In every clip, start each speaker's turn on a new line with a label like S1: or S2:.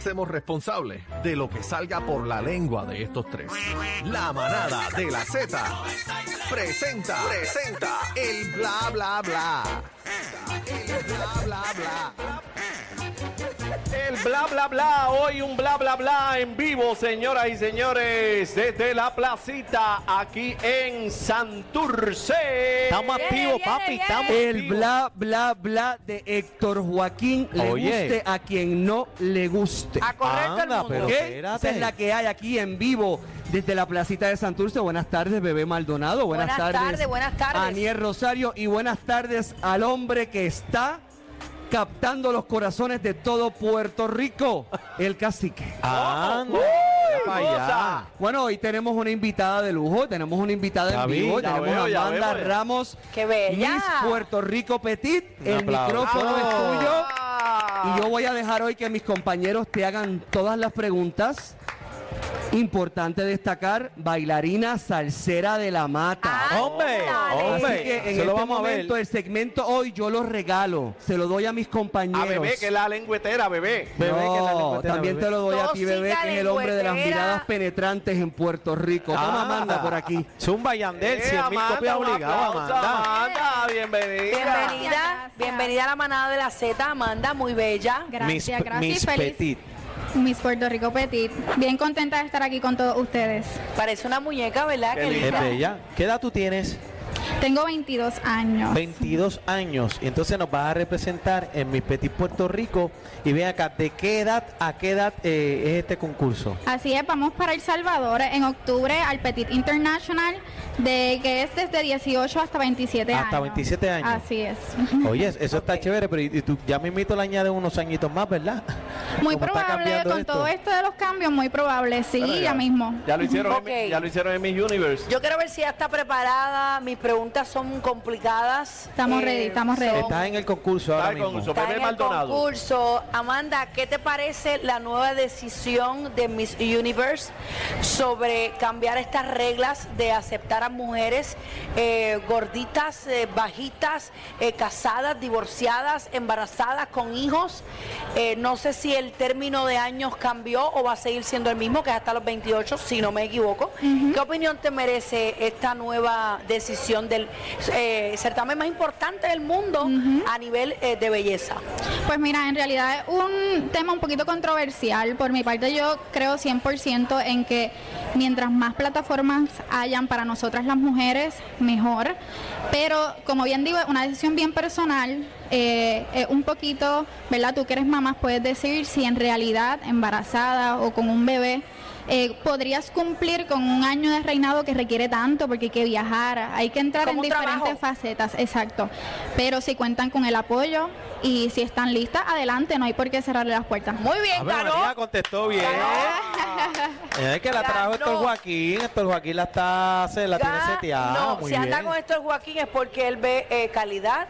S1: Hacemos responsables de lo que salga por la lengua de estos tres. La manada de la Z presenta, presenta el bla bla bla. El bla bla bla.
S2: El bla bla bla, hoy un bla bla bla en vivo, señoras y señores, desde la placita aquí en Santurce.
S3: Estamos
S4: Viene,
S3: activos,
S4: viene,
S3: papi.
S4: viene.
S3: Estamos
S5: El
S3: activos.
S5: bla, bla, bla de Héctor Joaquín le
S3: Oye.
S5: guste a quien no le guste.
S4: A correr todo el
S3: Anda,
S4: mundo.
S3: pero
S5: ¿Ok?
S3: espérate.
S5: Esa es la que hay aquí en vivo desde la placita de Santurce. Buenas tardes, bebé Maldonado. Buenas,
S4: Buenas tardes, buenas tardes.
S5: Aniel Rosario y buenas tardes al hombre que está captando los corazones de todo Puerto Rico, el cacique.
S3: Anda, mira pa' allá.
S2: Cosa.
S5: Bueno, hoy tenemos una invitada de lujo, tenemos una invitada
S3: Ya
S5: en
S3: vi,
S5: vivo,
S2: ya
S5: tenemos
S2: veo, ya
S5: a Amanda
S2: veo.
S5: Ramos,
S4: ¡Qué bella!
S5: Miss Puerto Rico Petit,
S3: Un
S5: el
S3: aplauso.
S5: micrófono es
S3: ¡Bravo!
S5: tuyo. Y
S4: Ah.
S5: yo voy a dejar hoy que mis compañeros te hagan todas las preguntas. Importante destacar, bailarina salsera de la mata.
S4: Ah,
S3: Hombre,
S4: dale.
S5: Así
S3: hombre.
S5: que en
S3: se
S5: este
S3: lo vamos
S5: momento
S3: a ver.
S5: el segmento hoy yo lo regalo, se lo doy a mis compañeros.
S2: A bebé, que es la lengüetera, bebé.
S5: No,
S3: Bebé, que la lengüetera,
S5: también
S3: bebé.
S5: te lo doy a ti,
S4: Tóxica,
S5: bebé, que es el hombre de las
S4: lengüetera.
S5: miradas penetrantes en Puerto Rico.
S3: Ah,
S5: Toma, manda por aquí.
S3: Zumba y Yandel,
S2: Eh,
S3: 100 mil
S2: Amanda,
S3: copias
S2: un
S3: obligadas,
S2: aplauso,
S3: Amanda.
S2: Amanda, bienvenida.
S4: Bienvenida,
S6: Gracias.
S4: bienvenida a la manada de la Z, Amanda, muy bella.
S3: Mis,
S6: Gracias, gracias. y
S3: mis
S6: feliz.
S3: Petit.
S6: Mis Puerto Rico Petit. Bien contenta de estar aquí con todos ustedes.
S4: Parece una muñeca, ¿verdad?
S2: Qué
S4: Qué
S2: linda.
S3: Es
S4: linda.
S3: bella. ¿Qué edad tú tienes?
S6: Tengo 22 años.
S3: 22 años. Y entonces nos vas a representar en Mis Petit Puerto Rico. Y ven acá, ¿de qué edad a qué edad eh, es este concurso?
S6: Así es, vamos para El Salvador en octubre al Petit International, de que es desde 18 hasta 27 años.
S3: Hasta 27 años.
S6: Así es.
S3: Oye, eso está chévere, pero y, y tú ya mismito le añades unos añitos más, ¿verdad?
S6: Muy
S3: ¿Cómo está
S6: probable,
S3: cambiando
S6: con todo esto de los cambios, muy probable. Sí,
S2: Pero
S6: ya. mismo.
S2: Ya lo hicieron,
S4: Ok.
S2: en, mi- ya lo hicieron en Miss Universe.
S4: Yo quiero ver si ya está preparada, mis preguntas son complicadas.
S6: Estamos ready, estamos ready.
S4: son-
S3: Estás en el concurso
S2: Está
S3: ahora
S2: el
S3: mismo.
S2: concurso.
S4: está
S2: Bebé
S4: en el
S2: Maldonado.
S4: concurso. Amanda, ¿qué te parece la nueva decisión de Miss Universe sobre cambiar estas reglas de aceptar a mujeres eh, gorditas, eh, bajitas, eh, casadas, divorciadas, embarazadas, con hijos? Eh, no sé si el término de años cambió o va a seguir siendo el mismo, que es hasta los 28, si no me equivoco. ¿Qué opinión te merece esta nueva decisión del eh, certamen más importante del mundo a nivel eh, de belleza?
S6: Pues mira, en realidad es un tema un poquito controversial. Por mi parte, yo creo 100% en que mientras más plataformas hayan para nosotras las mujeres, mejor. Pero, como bien digo, es una decisión bien personal. Eh, es un poquito, ¿verdad? Tú que eres mamá puedes decidir si en realidad embarazada o con un bebé eh, podrías cumplir con un año de reinado que requiere tanto porque hay que viajar, hay que entrar
S4: Como
S6: en
S4: un trabajo.
S6: diferentes facetas, exacto. Pero si cuentan con el apoyo y si están listas, adelante, no hay por qué cerrarle las puertas.
S4: Muy bien,
S3: Ave
S4: ganó.
S3: Ah, María contestó bien. Es que la
S4: Ganó.
S3: trajo Héctor Joaquín. Héctor Joaquín la está, se la tiene
S4: Ga-
S3: seteada.
S4: no, si
S3: muy bien.
S4: anda con esto el Joaquín es porque él ve eh, calidad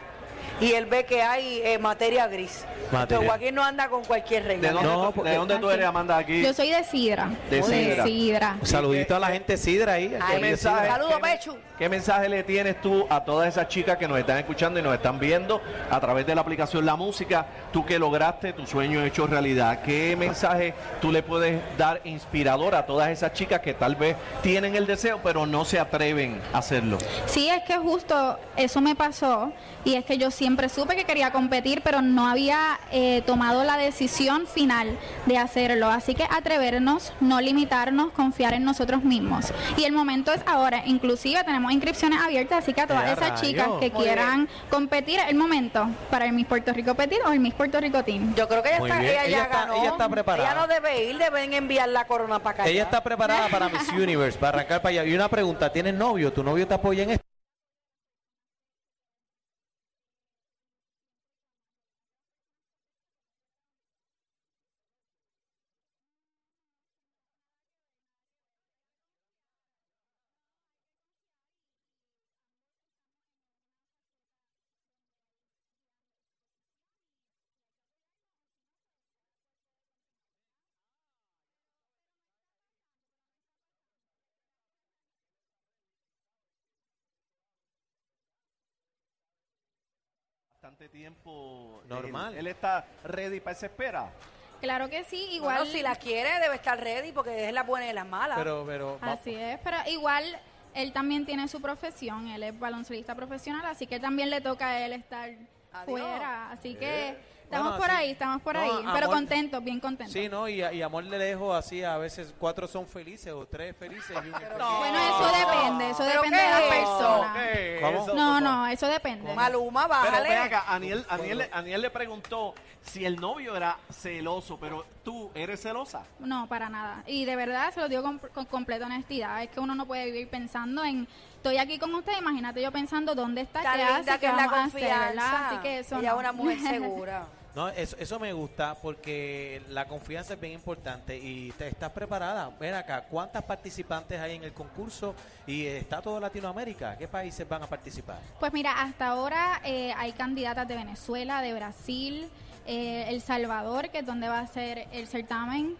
S4: y él ve que hay eh, materia gris.
S3: Materia.
S4: Entonces, Joaquín no anda con cualquier
S2: ¿De
S4: regla.
S2: dónde,
S3: No,
S2: tú-
S3: porque-
S2: ¿De dónde
S4: Ah,
S2: tú eres, Amanda, aquí?
S6: Yo soy de Sidra.
S2: De Sidra.
S6: Sidra.
S3: Un saludito a la gente Sidra ahí.
S4: Ay,
S2: ¿Qué
S3: Oye,
S4: mensaje.
S3: Sidra.
S4: Saludo,
S2: qué men-
S4: Pechu.
S2: ¿Qué mensaje le tienes tú a todas esas chicas que nos están escuchando y nos están viendo a través de la aplicación La Música? Tú que lograste tu sueño hecho realidad, ¿qué mensaje tú le puedes dar inspirador a todas esas chicas que tal vez tienen el deseo pero no se atreven a hacerlo?
S6: Sí, es que justo eso me pasó y es que yo siempre supe que quería competir, pero no había eh, tomado la decisión final de hacerlo. Así que atrevernos, no limitarnos, confiar en nosotros mismos. Y el momento es ahora. Inclusive tenemos inscripciones abiertas, así que a todas
S3: ¡Ea,
S6: esas chicas
S3: rayos!
S6: que
S4: Muy
S6: quieran competir, el momento para el Miss Puerto Rico Petit o el Miss Puerto Rico Team.
S4: Yo creo que ella,
S3: Muy
S4: está,
S3: bien.
S4: ella
S3: Ella
S4: ya
S3: está-
S4: ganó.
S3: ella está preparada.
S4: Ella no debe ir, deben enviar la corona para acá.
S3: Ella está preparada para Miss Universe, para arrancar para allá. Y una pregunta, ¿tienes novio? ¿Tu novio te apoya en esto?
S2: Bastante tiempo.
S3: Normal.
S2: eh, Él, él está ready para esa espera.
S6: Claro que sí, igual.
S4: Bueno, si la quiere, debe estar ready porque es la buena y las malas.
S3: Pero, pero. va-
S6: Así es, pero igual él también tiene su profesión, él es baloncelista profesional, así que también le toca a él estar
S4: Adiós.
S6: fuera, así que
S3: Eh, Bueno,
S6: estamos por
S3: así-
S6: ahí, estamos por
S3: No,
S6: ahí, pero
S3: amor-
S6: contentos, bien contentos.
S3: Sí, ¿no? Y, y amor de lejos, así, a veces cuatro son felices o tres felices. y un infeliz.
S6: Bueno, eso depende, eso
S4: ¿Pero
S6: depende
S4: qué
S6: de la
S4: es eso?
S6: persona.
S2: ¿Qué es
S3: ¿Cómo?
S2: eso,
S6: No,
S2: papá?
S6: no, eso depende.
S4: Maluma,
S2: Pero
S4: bájale.
S2: ven acá, Aniel, Aniel, Aniel le preguntó si el novio era celoso, pero tú eres celosa.
S6: No, para nada. Y de verdad se lo digo con, con completa honestidad. Es que uno no puede vivir pensando en. Estoy aquí con usted, imagínate yo pensando dónde está,
S4: Tan
S6: qué
S4: linda
S6: hace,
S4: que
S6: qué
S4: es la
S6: vamos a hacer,
S4: confianza.
S6: ¿verdad? Así que eso.
S4: Ella
S6: no.
S4: es una mujer segura.
S3: No, eso, eso me gusta porque la confianza es bien importante y te estás preparada. Ven acá, ¿cuántas participantes hay en el concurso? Y eh, está toda Latinoamérica. ¿Qué países van a participar?
S6: Pues mira, hasta ahora eh, hay candidatas de Venezuela, de Brasil, eh, El Salvador, que es donde va a ser el certamen.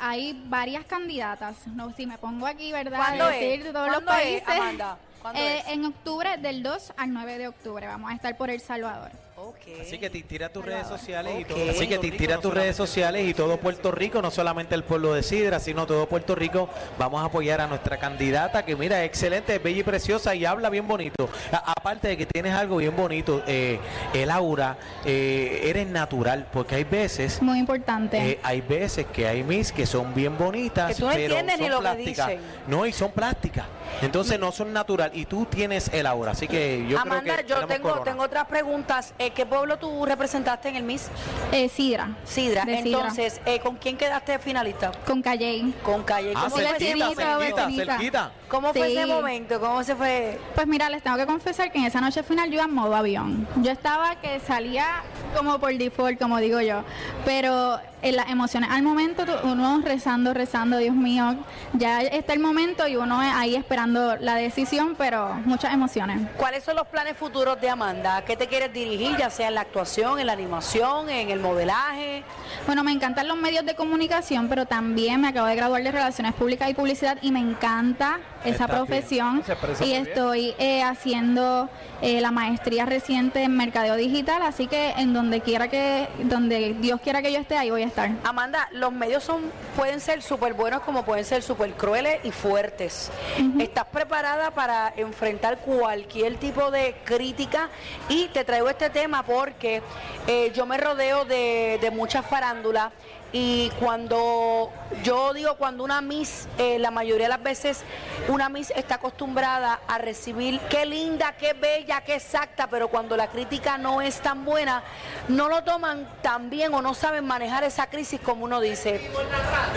S6: Hay varias candidatas. No, si me pongo aquí, ¿verdad?
S4: ¿Cuándo
S6: a
S4: es?
S6: decir de todos los
S4: ¿Cuándo es,
S6: países.
S4: Amanda? ¿Cuándo
S6: Eh,
S4: es?
S6: En octubre, del 2 al 9 de octubre, vamos a estar por El Salvador.
S4: Ok.
S3: Así que te tira tus redes
S6: Salvador.
S3: sociales y
S4: Ok.
S3: todo
S7: Así que
S3: Puerto
S7: te
S3: Rico,
S7: tira
S3: no
S7: tus redes
S3: solamente-
S7: sociales y todo Puerto Rico, no solamente el pueblo de Sidra, sino todo Puerto Rico. Vamos a apoyar a nuestra candidata que mira, es excelente, es bella y preciosa y habla bien bonito. A- aparte de que tienes algo bien bonito, eh, el aura, eh, eres natural, porque hay veces...
S6: Muy importante.
S7: eh, hay veces que hay mis que son bien bonitas,
S4: Que tú no
S7: pero
S4: entiendes ni
S7: son
S4: lo que
S7: plásticas.
S4: dicen. Mm.
S7: No, y son plásticas. Entonces no son natural. Y tú tienes el aura. Así que yo
S4: Amanda,
S7: creo que
S4: yo
S7: tenemos
S4: tengo,
S7: corona.
S4: tengo otras preguntas. Eh, ¿Qué pueblo tú representaste en el Miss?
S6: Eh, Sidra.
S4: Sidra.
S6: De Sidra.
S4: Entonces, eh, ¿con quién quedaste finalista?
S6: Con Calle.
S4: Con Calle.
S7: Ah,
S4: ¿Cómo, fue, ese
S6: cerquita,
S4: momento?
S6: cerquita.
S7: cerquita,
S6: vecinita.
S7: cerquita.
S4: ¿Cómo fue
S6: Sí.
S4: ese momento? ¿Cómo se fue?
S6: Pues mira, les tengo que confesar que en esa noche final yo iba en modo avión. Yo estaba que salía como por default, como digo yo. Pero en las emociones, al momento tú- uno rezando, rezando, Dios mío, ya está el momento y uno ahí esperando la decisión, pero muchas emociones.
S4: ¿Cuáles son los planes futuros de Amanda? ¿A qué te quieres dirigir? Ya sea en la actuación, en la animación, en el modelaje.
S6: Bueno, me encantan los medios de comunicación, pero también me acabo de graduar de Relaciones Públicas y Publicidad y me encanta esa
S7: Está bien.
S6: profesión.
S2: Se expresa
S6: Y
S2: muy bien.
S6: estoy eh, haciendo eh, la maestría reciente en Mercadeo Digital, así que en donde quiera que, donde Dios quiera que yo esté, ahí voy a estar.
S4: Amanda, los medios son, pueden ser súper buenos como pueden ser súper crueles y fuertes. ¿Estás preparada para enfrentar cualquier tipo de crítica? Y te traigo este tema porque eh, yo me rodeo de, de muchas farándulas y cuando yo digo cuando una Miss, eh, la mayoría de las veces una Miss está acostumbrada a recibir qué linda, qué bella, qué exacta, pero cuando la crítica no es tan buena, no lo toman tan bien o no saben manejar esa crisis como uno dice.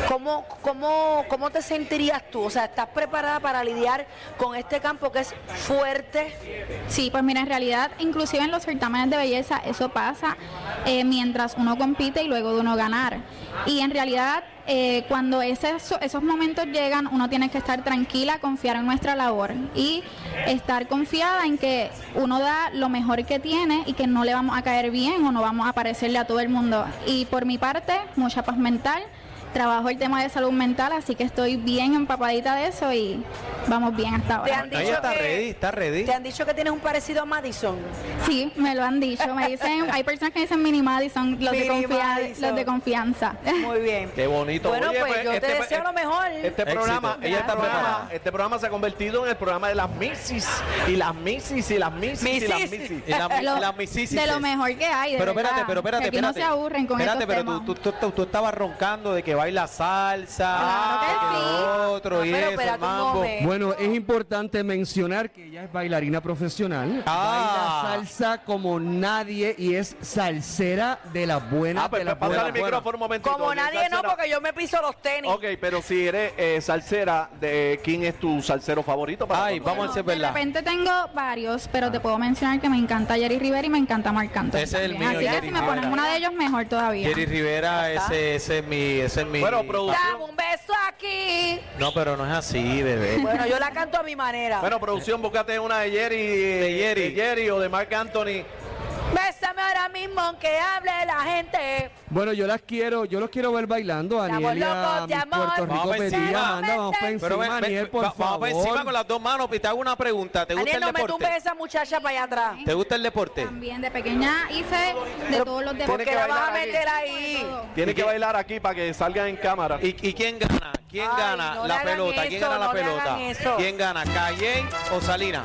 S4: ¿Cómo, cómo, cómo te sentirías tú? O sea, ¿estás preparada para lidiar con este campo que es fuerte?
S6: Sí, pues mira, en realidad, inclusive en los certámenes de belleza, eso pasa eh, mientras uno compite y luego de uno ganar. Y en realidad, eh, cuando ese- eso- esos momentos llegan, uno tiene que estar tranquila, confiar en nuestra labor y estar confiada en que uno da lo mejor que tiene y que no le vamos a caer bien o no vamos a parecerle a todo el mundo. Y por mi parte, mucha paz mental. Trabajo el tema de salud mental, así que estoy bien empapadita de eso y vamos bien hasta ahora.
S4: Te han
S7: Ahí
S4: dicho
S7: está
S4: que-
S7: ready, está ready.
S4: ¿Te han dicho que tienes un parecido a Madison?
S6: Sí, me lo han dicho. Me dicen, hay personas que dicen mini Madison, los,
S4: Mini
S6: de, confia-
S4: Madison.
S6: los de confianza.
S4: Muy bien.
S2: Qué bonito.
S4: Bueno,
S2: Oye,
S4: pues, yo te
S2: este-
S4: deseo
S2: este-
S4: lo mejor.
S2: Este
S7: Éxito.
S2: programa,
S7: Ella
S2: este
S7: está
S2: programa,
S7: preparada.
S2: este programa se ha convertido en el programa de las Missis y las Missis y las Missis y las
S4: Missis.
S2: Missis.
S7: Y la- y
S6: Lo-
S7: la misisisis.
S6: de lo mejor que hay. de
S7: Pero
S6: verdad.
S7: espérate, pero espérate,
S6: Que aquí
S7: espérate.
S6: no se aburren con
S7: Espérate,
S6: estos
S7: pero
S6: temas.
S7: Tú, tú, tú, tú estabas roncando de que baila salsa,
S6: Claro que
S7: de
S6: sí.
S7: lo otro
S4: No,
S7: y
S4: pero
S7: eso,
S4: espérate un
S7: mambo.
S4: momento.
S5: Bueno, es importante mencionar que ella es bailarina profesional.
S7: Ah.
S5: Baila salsa como nadie y es salsera de las buenas.
S2: Ah, pues,
S5: de las
S2: pásale el
S5: buenas.
S2: micrófono un momentito.
S4: Como
S2: Oye,
S4: nadie no,
S2: salsera.
S4: porque yo me piso los tenis.
S2: Ok, pero si eres eh, salsera, de, ¿quién es tu salsero favorito? para
S7: Ay,
S2: conocer?
S7: vamos a decir
S6: de
S7: verdad. Ah.
S6: repente tengo varios, pero te puedo mencionar que me encanta Jerry Rivera y me encanta Marc Anthony
S7: Ese es el
S6: también.
S7: mío,
S6: Así que
S7: Jerry
S6: si me ponen
S7: Rivera.
S6: una de ellos, mejor todavía.
S7: Jerry Rivera, ese, ese es mi, ese es mi.
S2: Bueno, producción.
S4: Dame un beso aquí.
S7: No, pero no es así, bebé.
S4: Bueno, yo la canto a mi manera.
S2: Bueno, producción, búscate una de Jerry,
S7: De Jerry.
S2: de Jerry o de Mark Anthony.
S4: Beso Suéltame ahora mismo que hable la gente.
S5: Bueno, yo las quiero, yo los quiero ver bailando,
S4: Estamos
S5: Anielia,
S4: locos de
S5: mi
S4: amor.
S5: Puerto Rico
S7: Vamos pa'
S5: Petilla,
S7: encima.
S5: Amanda, vamos pa' encima,
S7: Pero ven, ven,
S5: Aniel, por
S7: va- vamos pa' encima
S5: favor.
S7: con las dos manos y te hago una pregunta. ¿Te gusta
S4: Daniel, no
S7: el
S4: me tumbes
S7: deporte?
S4: esa muchacha para allá atrás.
S7: ¿Te gusta el deporte?
S6: También de pequeña hice de todos los
S4: ¿Por
S6: deportes.
S4: qué la vas a
S2: bailar aquí.
S4: meter
S6: de
S4: ahí?
S6: todo.
S2: Tiene
S7: ¿Y
S2: que
S7: qué?
S2: bailar aquí para que salga en cámara.
S7: ¿Y, y quién gana? ¿Quién
S4: Ay,
S7: gana
S4: no le
S7: la
S4: hagan
S7: pelota? ¿Quién
S4: eso,
S7: gana la
S4: no le hagan
S7: pelota?
S4: eso.
S7: ¿Quién gana? ¿Cayen o Salina?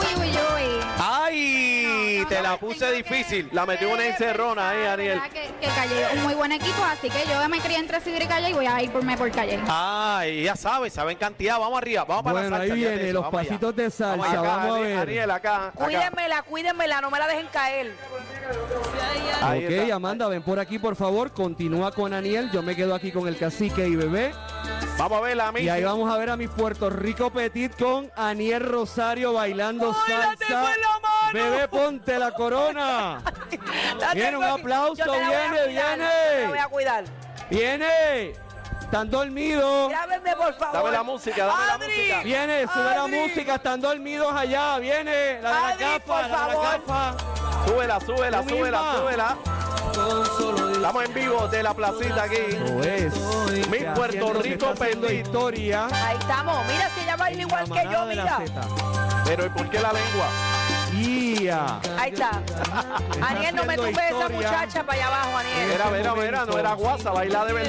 S6: Uy, uy, uy.
S7: ¡Ay!
S6: No, no,
S7: te la
S6: no,
S7: puse
S6: tengo que-
S7: difícil.
S2: La metió una encerrona ahí,
S6: ¿verdad?
S2: Aniel.
S6: Que, que Calle es un muy buen equipo, así que yo me crié entre Sidra y Calle y voy a irme por Calle.
S7: Ay, ya sabes, saben cantidad. Vamos arriba, vamos para
S5: Bueno,
S7: la
S5: ahí
S7: salsa. fíjate
S5: viene,
S7: eso,
S5: los
S7: vamos allá.
S5: pasitos de salsa,
S2: Acá,
S5: vamos a
S2: Aniel,
S5: ver.
S2: Aniel, acá. acá.
S4: Cuídenmela, cuídenmela, no me la dejen caer.
S2: Ahí
S5: ok,
S2: está.
S5: Amanda, ven por aquí, por favor, continúa con Aniel, yo me quedo aquí con el cacique y bebé.
S2: Vamos a ver la
S5: Y ahí
S2: mía.
S5: vamos a ver a mi Puerto Rico Petit con Aniel Rosario bailando salsa. Bebé, ponte la corona.
S4: La
S5: Viene
S4: tengo
S5: un
S4: aquí.
S5: aplauso,
S4: Yo te la voy a
S5: viene,
S4: cuidar,
S5: viene.
S4: yo te la voy a cuidar.
S5: Viene. Están dormidos.
S4: Llámenme, por favor.
S2: Dame la música, dame la
S4: Adri,
S2: música.
S5: Viene, sube la
S4: Adri.
S5: música, están dormidos allá. Viene, la de la
S4: Adri,
S5: gafa,
S4: por
S5: la de la
S4: favor.
S5: gafa.
S2: Súbela, súbela,
S5: Tú
S2: súbela,
S5: misma.
S2: súbela. Estamos en vivo de la placita aquí.
S5: Eso es.
S2: Mi
S5: Que
S2: Puerto
S5: haciendo lo que
S2: Rico
S5: está haciendo
S2: Petit.
S5: historia.
S4: Ahí estamos. Mira, si ella baila igual
S5: La
S4: que yo,
S5: manada de la
S4: mira.
S5: Zeta.
S2: Pero ¿y por qué la lengua?
S5: Ia.
S4: Ahí está. Aniel, no me
S5: haciendo
S4: tumbes esa
S5: historia.
S4: muchacha para allá abajo, Aniel.
S2: Mira, mira, mira, no era guasa, baila de
S5: Bebé,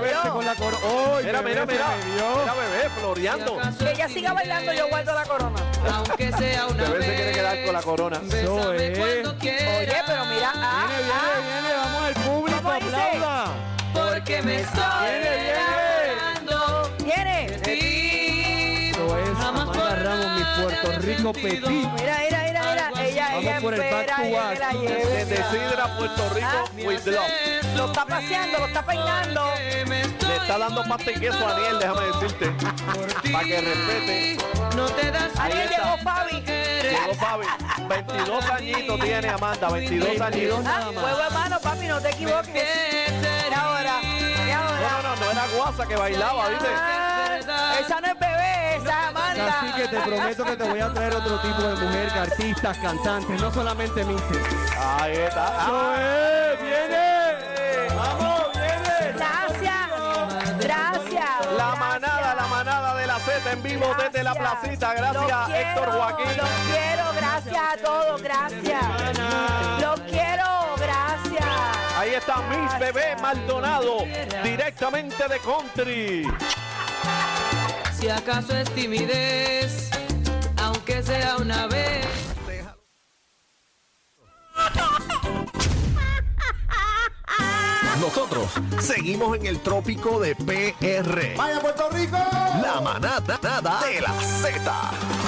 S2: verdad.
S5: verte con la corona. ¡Oh,
S2: Mira,
S5: bebé,
S2: mira,
S5: se
S2: mira.
S5: me vio!
S2: Mira, bebé, floreando.
S4: Que ella siga bailando, yo guardo la corona.
S8: Aunque sea una
S2: Bebé
S8: vez.
S2: se quiere quedar con la corona.
S5: Eso
S8: Bésame
S5: es.
S8: cuando quieras.
S4: Oye, pero mira, ah,
S5: Viene,
S4: ah,
S5: viene, viene, vamos al público,
S4: ¿Cómo dice?
S5: aplauda.
S8: Porque me
S4: ah,
S8: estoy
S5: Viene, viene.
S8: enamorando
S4: viene.
S8: de ti.
S5: Eso es
S8: Jamás
S5: Amanda
S8: por
S5: Ramos, mi
S8: nada
S5: Puerto
S8: había
S5: Rico
S8: sentido.
S5: Petit.
S4: Mira, mira, mira, mira. Ella,
S5: Vamos
S4: ella
S5: por el back
S4: espera,
S5: to
S4: ella
S5: back.
S4: que la
S2: Desde
S4: lleve.
S2: Sidra, Puerto
S4: Ah.
S2: Rico, with love.
S4: Lo está paseando, lo está peinando.
S8: Que me estoy
S2: Le está dando pasta y queso a Daniel, déjame decirte. Para que respete.
S8: No te das
S4: Aniel
S8: cuenta
S4: llegó Fabi.
S8: que eres
S2: Llegó Fabi. 22 añitos tiene Amanda, 22 añitos.
S5: 22
S2: No,
S4: Ah,
S5: nada más.
S4: Juego de mano, papi, no te equivoques.
S8: feliz.
S4: Y ahora, y
S2: no,
S4: ahora.
S2: no, no era guasa que bailaba, ¿viste?
S4: Ah, Esa no es bebé, esa es Amanda.
S5: Así que te prometo que te voy a traer otro tipo de mujer, que artistas, cantantes, no solamente mises.
S2: Ahí está.
S5: ¡Eso
S2: Ah,
S5: es! ¡Viene! ¡Vamos, viene!
S4: Gracias, gracias.
S2: La manada, la manada de la Z en vivo desde la
S4: Gracias.
S2: placita.
S4: Los
S2: Gracias,
S4: quiero,
S2: Héctor Joaquín.
S4: Los quiero, gracias a todos, gracias. Los quiero, gracias.
S2: Ahí está Miss Bebé Maldonado, directamente de Country.
S8: Si acaso es timidez, aunque sea una vez.
S1: Nosotros seguimos en el trópico de PR. ¡Vaya Puerto Rico! La manada de la Z.